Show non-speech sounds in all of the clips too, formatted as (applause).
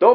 どう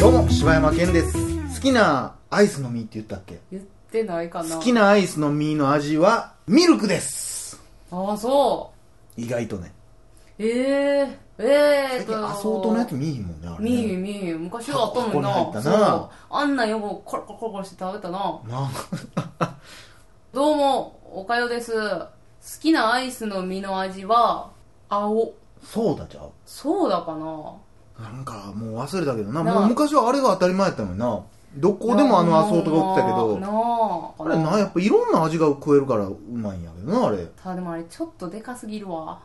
どうも、柴山健です。好きなアイスの実って言ったっけ言ってないかな。好きなアイスの実の味は、ミルクです。ああ、そ意外とね。う。ええええ最ーと。近アソートのやつ見えへんもんね、あれ、ね。見えへん見えへん。昔はあったもんな。箱に入ったなそうあんなんよくコロコロコロコロして食べたな。などうも、おかよです。好きなアイスの実の味は、青。 (laughs) そうだちゃうそうだかな。なんかもう忘れたけどななもあう昔はあれが当たり前やったのになどこでもあのアソートが売ってたけなどあ。あれなやっぱいろんな味が食えるからうまいんやけどなあれただでもあれちょっとでかすぎるわ。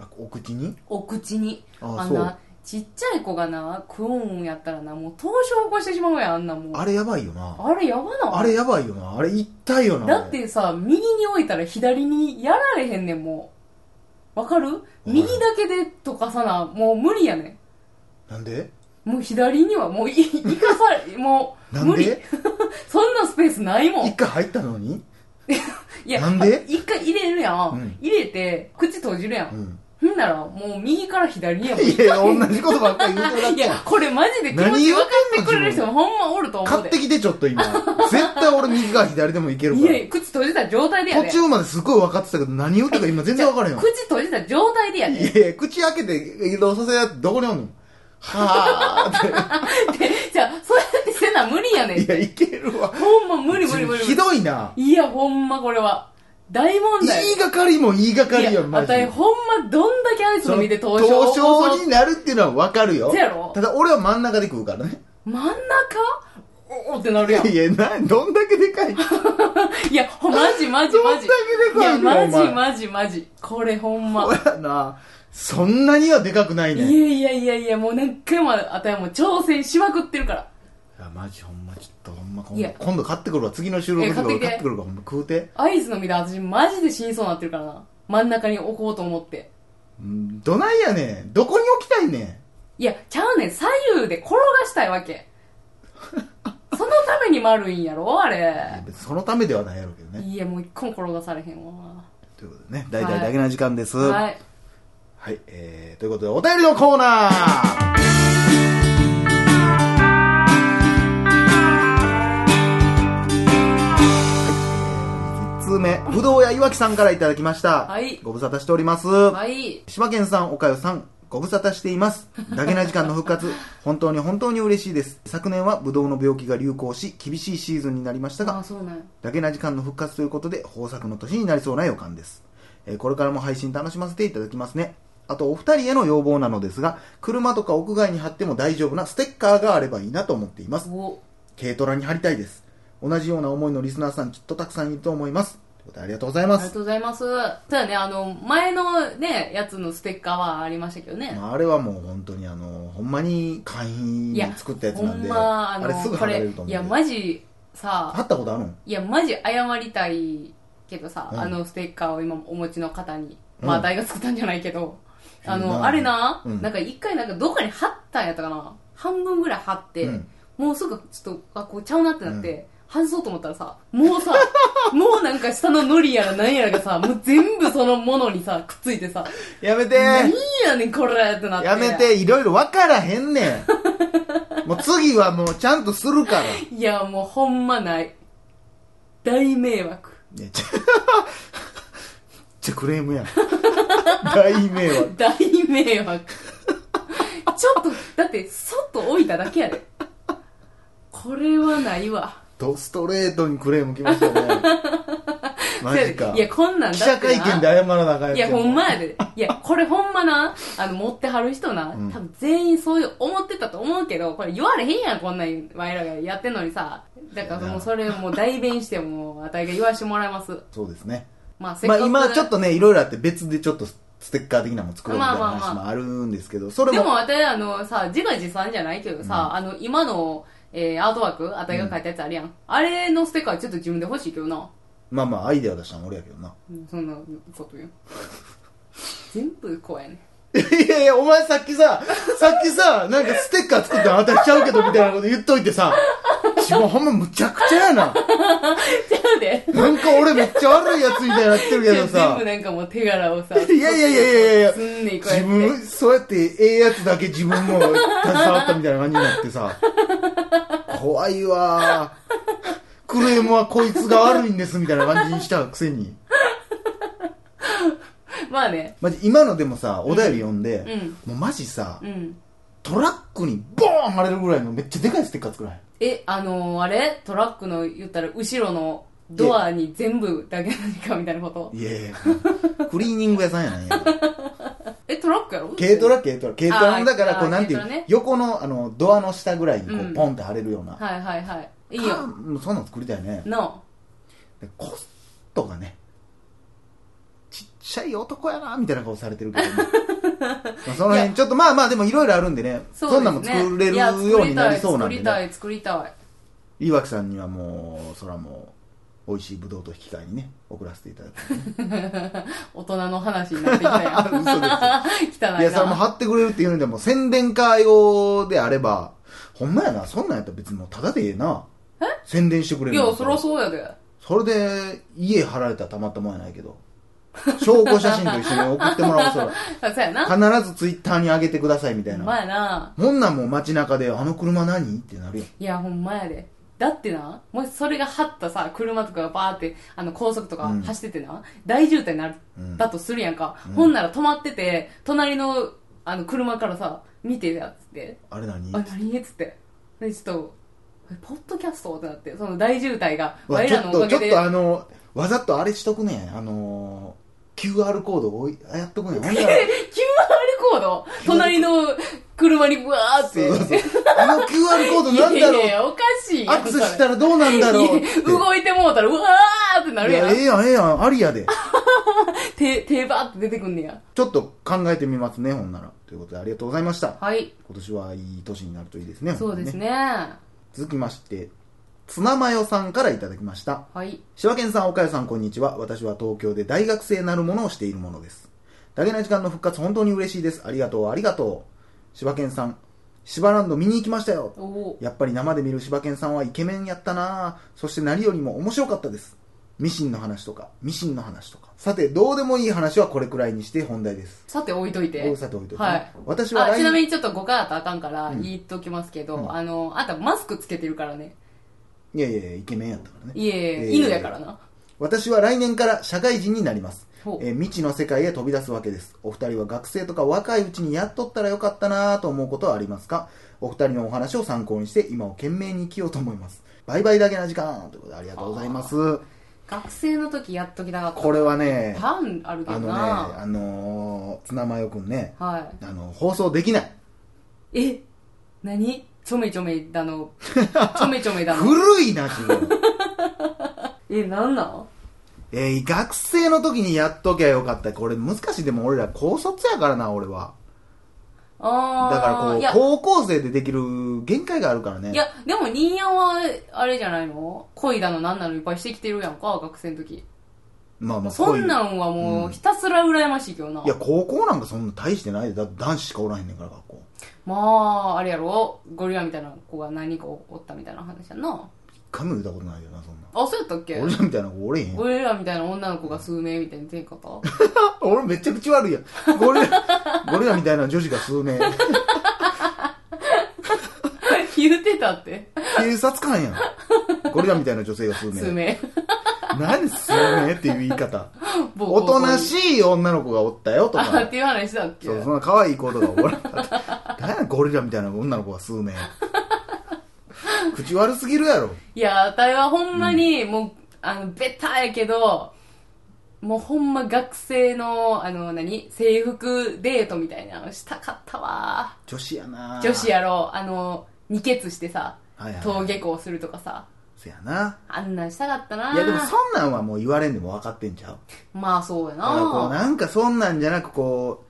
あお口にお口に。あんそうな、ちっちゃい子がな、食うんやったらな、もう凍傷起こしてしまうやん、あんなもん。あれやばいよなあれやばないあれやばいよなあれ痛いよなだってさ、右に置いたら左にやられへんねん、もう。わかる右だけで溶かさな、もう無理やねなんでん。もう左にはもうい、いかされ、も (laughs) なうん無理で。そんなスペースないもん。一回入ったのにいや、なんで一回入れるやん。うん入れて、口閉じるや。うんんほんなら、もう右から左にやもん。いや同じことばっかり言うてるだいけやや、これマジで気持何ち言う分かてんのってくれる人もほんまおると思う買でって。きてちょっと今絶対俺右か左でもいけるいかやらいや、口閉じた状態でやで。途中まですごい分かってたけど何言うてたか今全然分からへんわ口閉じた状態でやで。いやいや、口開けて移動させやってどこにおんのはぁって (laughs) じゃあ、そうやってせな無理やねんーっ。て。いや、いけるわ。ほんま無理無理無理無理。ひどいな。いや、ほんまこれは。大問題。言いがかりも言いがかりいややん、マジあたで。いほんまどんだけアイスの見てそ凍の傷凍傷になるっていうのは分かるよせやろ。ただ俺は真ん中で食うからね。真ん中おおってなるやん。いいや、な、どんだけでかい。や、ほんマジマジマジ。どんだけでかいいのおや、マジ前マジマジ。これほんま。そうやな。そんなにはでかくないいね。やいいやいやいや、もう何回もあたいはもう挑戦しまくってるから。や、マジほんまちょっとほんま今い度や今度買ってくるわ。次の収録いとやか買俺ってきて買ってくるからほんま食うて。アイスの見て私マジで死にそうになってるからな。真ん中に置こうと思って。うんどないやねん。どこに置きたいねん。いや、ちゃうねん。左右で転がしたい (laughs) わけ。そのために丸いんやろあいやれ。別にそのためではないやろうけどね。いや、もう一個も転がされへんわ。ということでね、大体だけな時間です。はい。はい、えー、ということで、お便りのコーナーはいえー一通目、ぶどうやいわきさんからいただきました。はいご無沙汰しております。はい。柴犬さん、おかよさん、ご無沙汰しています。だけな時間の復活、本当に本当に嬉しいです。昨年はぶどうの病気が流行し、厳しいシーズンになりましたがあ、、そうなんや。だけな時間の復活ということで豊作の年になりそうな予感です、えーこれからも配信楽しませていただきますねあとお二人への要望なのですが車とか屋外に貼っても大丈夫なステッカーがあればいいなと思っていますお、軽トラに貼りたいです同じような思いのリスナーさんきっとたくさんいると思いますということでありがとうございあまりがすとうございます。そうやね、あの、前のね、やつのステッカーはありましたけどね。まああれはもう本当にあのほんまに会員いやに作ったやつほなんんでま、あの、れすぐこ貼られれると、い思や、うんでマジ、さ貼、ったことあるんいや、マジ謝りたいけどさ、うんあのステッカーを今お持ちの方に、うんまあ、大が作ったんじゃないけど、あいいの、なあれな、うんなんか一回なんかどっかに貼ったんやったかな、半分ぐらい貼って、うんもうすぐちょっと、あ、こうちゃうなってなって、外そうと思ったらさ、もうさ、 (laughs) もうなんか下のノリやら何やらがさ、もう全部そのものにさ、くっついてさ、やめて何やねんこれってなって。やめ。ていろいろ分からへんね (laughs) んもう次はもうちゃんとするからいや、もうほんまない。大迷惑。ね、ちゃちゃクレー (laughs) ムやん大迷惑大迷惑ちょっとだってそっと置いただけやでこれはないわ (laughs) とストレートにクレームきましたねマジかいや、こんなんだ記って者な会見で謝らなあかんやついや、んほんまやで。いや、これほんまな、あの、持ってはる人な、うん多分全員そういう思ってたと思うけど、これ言われへんやん、こんなん、前らがやってんのにさ。だからもうそれをもう代弁しても、あたいが言わしてもらいます。そうですねまあ、せっまかあく、今ちょっとねいろいろあって別でちょっとステッカー的なもん作ろうみたいなまあま話あまもあるんですけどそれでもも、あたいあの、さ、自画自賛じゃないけどさ、あの、今の、えー、アートワーク、あたいが書いたやつあるやん。あれのステッカーちょっと自分で欲しいけどな。まあまあアイデア出したの俺やけどなうんそんなこと言う。全部怖いねん。いやいやお前さっき (laughs) ささっきさなんかステッカー作ったの当たっちゃうけどみたいなこと言っといてさ自分ほんまむちゃくちゃやなちゃうで。なんか俺めっちゃ悪いやつみたいになってるけど全さ部なんかもう手柄をさ、 (laughs) いやいやいやいやいやすんねんこう自やって。分そうやってええやつだけ自分も携わったみたいな感じになってさ怖いわークレームはこいつが悪いんですみたいな感じにしたくせにまあね。マジ今のでもさお便り読んで、うんもうマジさ、うん。トラックにボーン貼れるぐらいのめっちゃでかいステッカー作らへんえ、あのー、あれトラックの言ったら後ろのドアに全部だけ何かみたいなこといやいやクリーニング屋さんやない (laughs) やえ、トラックやろ軽トラ軽トラ軽トラのだからこうあーなんてい軽う、トラね横のあのドアの下ぐらいにこううんポンって貼れるような、はいはいはい。いいかよ。もうそんなん作りたいねの、でコストがねちっちゃい男やなみたいな顔されてるけど、 (laughs) ね、まあその辺ちょっとまあまあでもいろいろあるんでねそうんなんも作れるようになりそうなんで、作りたね、い、作りたい、作りたい。いわきさんにはもうそらもう美味しいぶどうと引き換えにね送らせていただく大人の話になってきたやん。嘘で汚いな。すいやそれも貼ってくれるっていうんでも宣伝会用であればほんまやなそんなんやったら別にもうタダでええな宣伝してくれるいんだや、ったそらりゃそうやで。それで家貼られたらたまったもんやないけど証拠写真と一緒に送ってもらおうそら (laughs) あそうやな。必ずツイッターに上げてくださいみたいほんまな。やな。ほんなんもう街中で、あの車何ってなるよ。いや、ほんまやで。だってな、もしそれが張ったさ、車とかがバーって、あの、高速とかうん走っててな、大渋滞になる、うんだとするやんか。うんほんなら止まってて、隣の、あの、車からさ、見てやつって、あれ何あ、何っつって。で、ちょっと、えポッドキャストってなって、その大渋滞が、うわ我ちょらっのおと、かちょげっで、とあの、わざとあれしとくねん。あのー、QR コードをおいやっとくねん。ほんなら (laughs) QR コード、隣の車にブワーって。そうそうあの QR コードなんだいやいやいろうやおかしいやアんクそセれスしたらどうなんだいろうっやて動いてもうたら、うわーってないるやや、んえ。えやん、ええやん、ありやで。手、手バーって出てくんねや。ちょっと考えてみますね、ほんなら。ということで、ありがとうございました。はい。今年はいい年になるといいですね。そうですほんまに。ね。続きまして、ツナマヨさんからいただきました。はい。柴犬さん、岡谷さん、こんにちは。私は東京で大学生なるものをしているものです。ダゲな時間の復活、本当に嬉しいです。ありがとう、ありがとう。柴犬さん、柴ランド見に行きましたよ。おお。やっぱり生で見る柴犬さんはイケメンやったなぁそして何よりも面白かったです。ミシンの話とか、ミシンの話とか。さて、どうでもいい話はこれくらいにして本題です。さて置いといて大。さて置いといて、はい私はあ、来ちなみにちょっと誤解あったらあかんからうん言っときますけど、うんあの、あんたマスクつけてるからね。いやいやいや、イケメンやったからね。いえいえ、えー犬やからな。私は来年から社会人になりますほ、うえー未知の世界へ飛び出すわけですお二人は学生とか若いうちにやっとったらよかったなぁと思うことはありますかお二人のお話を参考にして今を懸命に生きようと思いますバイバイだけな時間ということでありがとうございます学生の時やっときたかった。これはねパンあるけあどのねな。あのー、ツナマヨくんねはあの放送できないい。え何ちょめちょめだの。 (laughs) ちょめちょめだの。古いな自分 (laughs) え、なんなんえー学生の時にやっときゃよかったこれ難しいでも俺ら高卒やからな俺はあー。だからこいやう高校生でできる限界があるからねいや、でも、ニーヤンは、あれじゃないの恋だの、なんなのいっぱいしてきてるやんか、学生の時。まあまあ、そんこなんはうもんう、ひたすら羨ましいけどな。ういういや、高校なんかそんな大してないで、だって男子しかおらへんねんから、学校。まあ、あれやろゴリラみたいな子が何人かおったみたいな話やんな。一回も言ったことないよな、そんな。あ、そうやったっけ俺らみたいな子おれへんやん。ゴリラみたいな女の子が数名みたいな (laughs) 出んかった俺めっちゃ口悪いやん。ゴリ (laughs) ラ、ゴリラみたいな女子が数名。言うてたって。警察官やん。ゴリラみたいな女性が数名。数名。 (laughs) 何数名っていう言い方。暴お行となしい女の子がおったよと (laughs) あ、っか。ていう話だっけそう、そんな可愛い子とかおらんかった。 (laughs) 何や、ゴリラみたいな女の子が数名。口悪すぎるやろ。いや、あたいはほんまに、もう、あの、ベタやけど、もうほんま学生の、あの、何制服デートみたいなのしたかったわ。女子やな女子やろ、あの、二ケツしてさ、はいはい登下校するとかさ、せやなあんなんしたかったな。いやでもそんなんはもう言われんでも分かってんちゃうまあそうやだからこうな。なんかそんなんじゃなくこう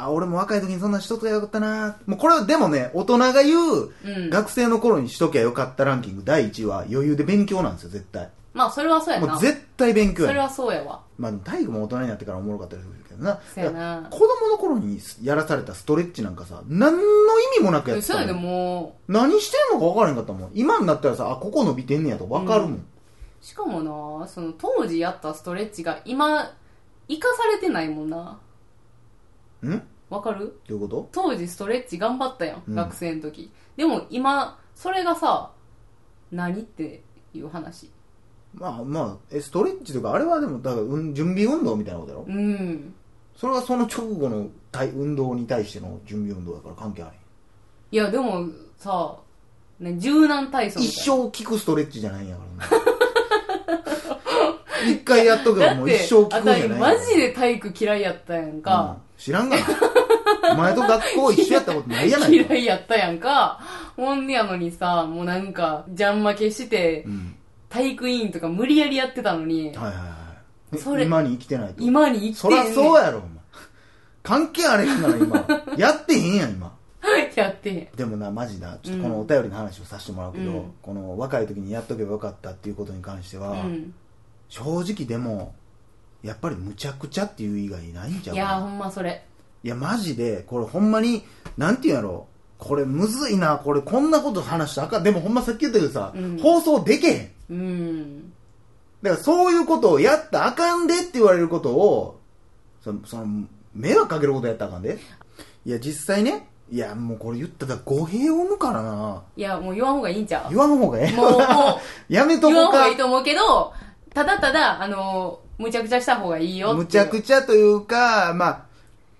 あ俺も若い時にそんなんしとけばよかったなもうこれはでもね大人が言う、うん学生の頃にしときゃよかったランキング第1位は余裕で勉強なんですよ絶対まあそれはそうやもな。うそ絶対勉強やれねんはそうやわ。まあ体育も大人になってからおもろかったりするけどなそうやなだから子供の頃にやらされたストレッチなんかさ何の意味もなくやってそうたもやでんも何してんのか分からへんかったもん今になったらさあここ伸びてんねやと分かるもん、う、しかもな、その当時やったストレッチが今、活かされてないもんな。んどわかるういうこと当時ストレッチ頑張ったやん、うん学生の時でも今それがさ何っていう話まあまあえストレッチとかあれはでもだから、うん、準備運動みたいなことやろうんそれはその直後の体運動に対しての準備運動だから関係あるいやでもさ、ね、柔軟体操み一たい生効くストレッチじゃないんやからな一回やっとけばなもだっうて一生効くあんじゃなたいりマジで体育嫌いやったやんうんか、知らんがなお前と学校一緒やったことないや (laughs) ないか嫌いやったやんかほんねやのにさもうなんかジャン負けしてうん体育委員とか無理やりやってたのにはいはいはいそえれ今に生きてないと今に生きてそんりねゃんそうやろお前関係あれへんがな今やってへんやん今 (laughs) やってへんでもなマジなちょっとこのお便りの話をさせてもらうけど、うんこの若い時にやっとけばよかったっていうことに関しては、うん正直でもやっぱりむちゃくちゃっていう以外ないんちゃういかやなほんまそれいやマジでこれほんまになんていうんやろこれむずいなこれこんなこと話したらあかんでもほんまさっき言ったけどさ、うん放送でけへんうんだからそういうことをやったらあかんでって言われることを、その、その迷惑かけることやったらあかんで。いや、実際ね、いや、もうこれ言ったら語弊を生むからな。いやもう言わん方がいいんちゃう言わん方がええもう、もう、やめと言わんこ方うがかいい。と思うけど、ただただ、あのー、むちゃくちゃした方がいいよ。むちゃくちちゃというか、まあ、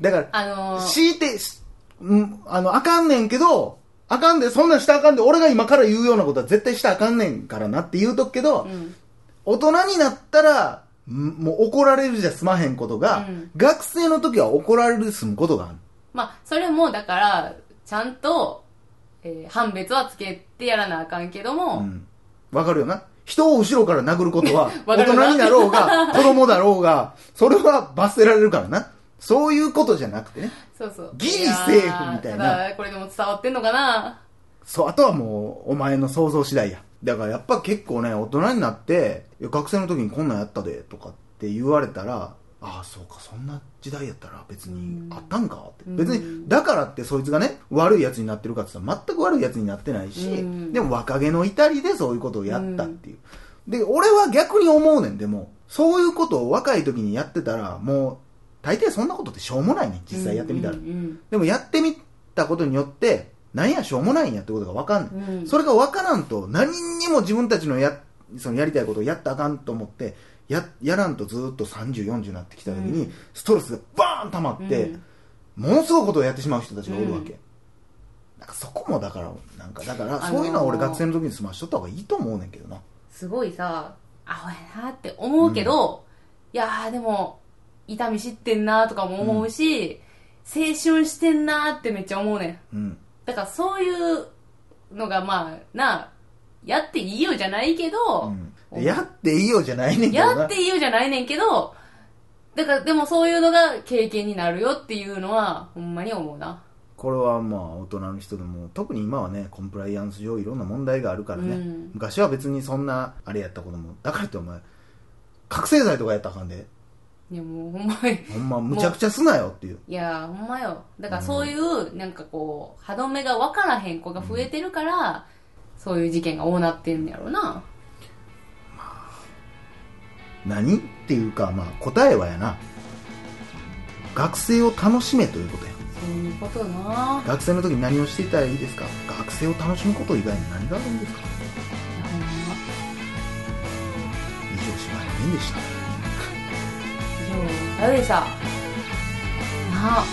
だかゃ。あのら、ー、強いて、しうん、あの、あかんねんけど、あかんで、そんなんしたらあかんで、俺が今から言うようなことは絶対したらあかんねんからなって言うとくけど、うん。大人になったら、んもう怒られるじゃ済まへんことが、うん学生の時は怒られる済むことがある。まあ、それも、だから、ちゃんと、えー判別はつけてやらなあかんけども、うんわかるよな。人を後ろから殴ることは (laughs) 、わ大かるな人になろうが、子供だろうが、それは罰せられるからな。そういうことじゃなくてね。そうそう。ギリやーセーフみたいなただ、これでも伝わってんのかなそう、あとはもう、お前の想像次第や。だからやっぱ結構ね、大人になって、いや学生の時にこんなんやったで、とかって言われたら、ああ、そうか、そんな時代やったら別にあったんかって。うん別うに、だからってそいつがね、悪いやつになってるかって言ったら全く悪いやつになってないしうん、でも若気の至りでそういうことをやったっていう。で、俺は逆に思うねん、でも、そういうことを若い時にやってたら、もう、大抵そんなことってしょうもないねん、実際やってみたらうん。うんでもやってみたことによって、なんやしょうもないんやってことが分かんうない。ん。うんそれが分からんと、何にも自分たちのや、そのやりたいことをやったらあかんと思って、や、やらんとずーっと30、40になってきた時に、うんストレスがバーン溜まって、うんものすごいことをやってしまう人たちがおるわけ。うなんかそこもだから、なんかだから、あのーそういうのは俺学生の時に済ましとった方がいいと思うねんけどな。すごいさ、アホやなって思うけど、いやーでも、痛み知ってんなとかも思うし、青春してんなってめっちゃ思うねん。うん。だからそういうのがまあなやっていいよじゃないけど、うん、やっていいよじゃないねんけどな。やっていいよじゃないねんけどだからでもそういうのが経験になるよっていうのはほんまに思うな、これはまあ大人の人でも特に今はねコンプライアンス上いろんな問題があるからね、うん昔は別にそんなあれやったこともだからってお前覚醒剤とかやったらあかんでいやもうほんまにほんまむちゃくちゃすなよっていういやほんまよだからそういうなんかこう歯止めが分からへん子が増えてるから、そういう事件が多なってんのやろな何っていうかまあ答えはやな学生を楽しめということやそういうことな学生の時に何をしていたらいいですか学生を楽しむこと以外に何があるんですかいやほんま以上柴田健でしたいや誰でしたなあ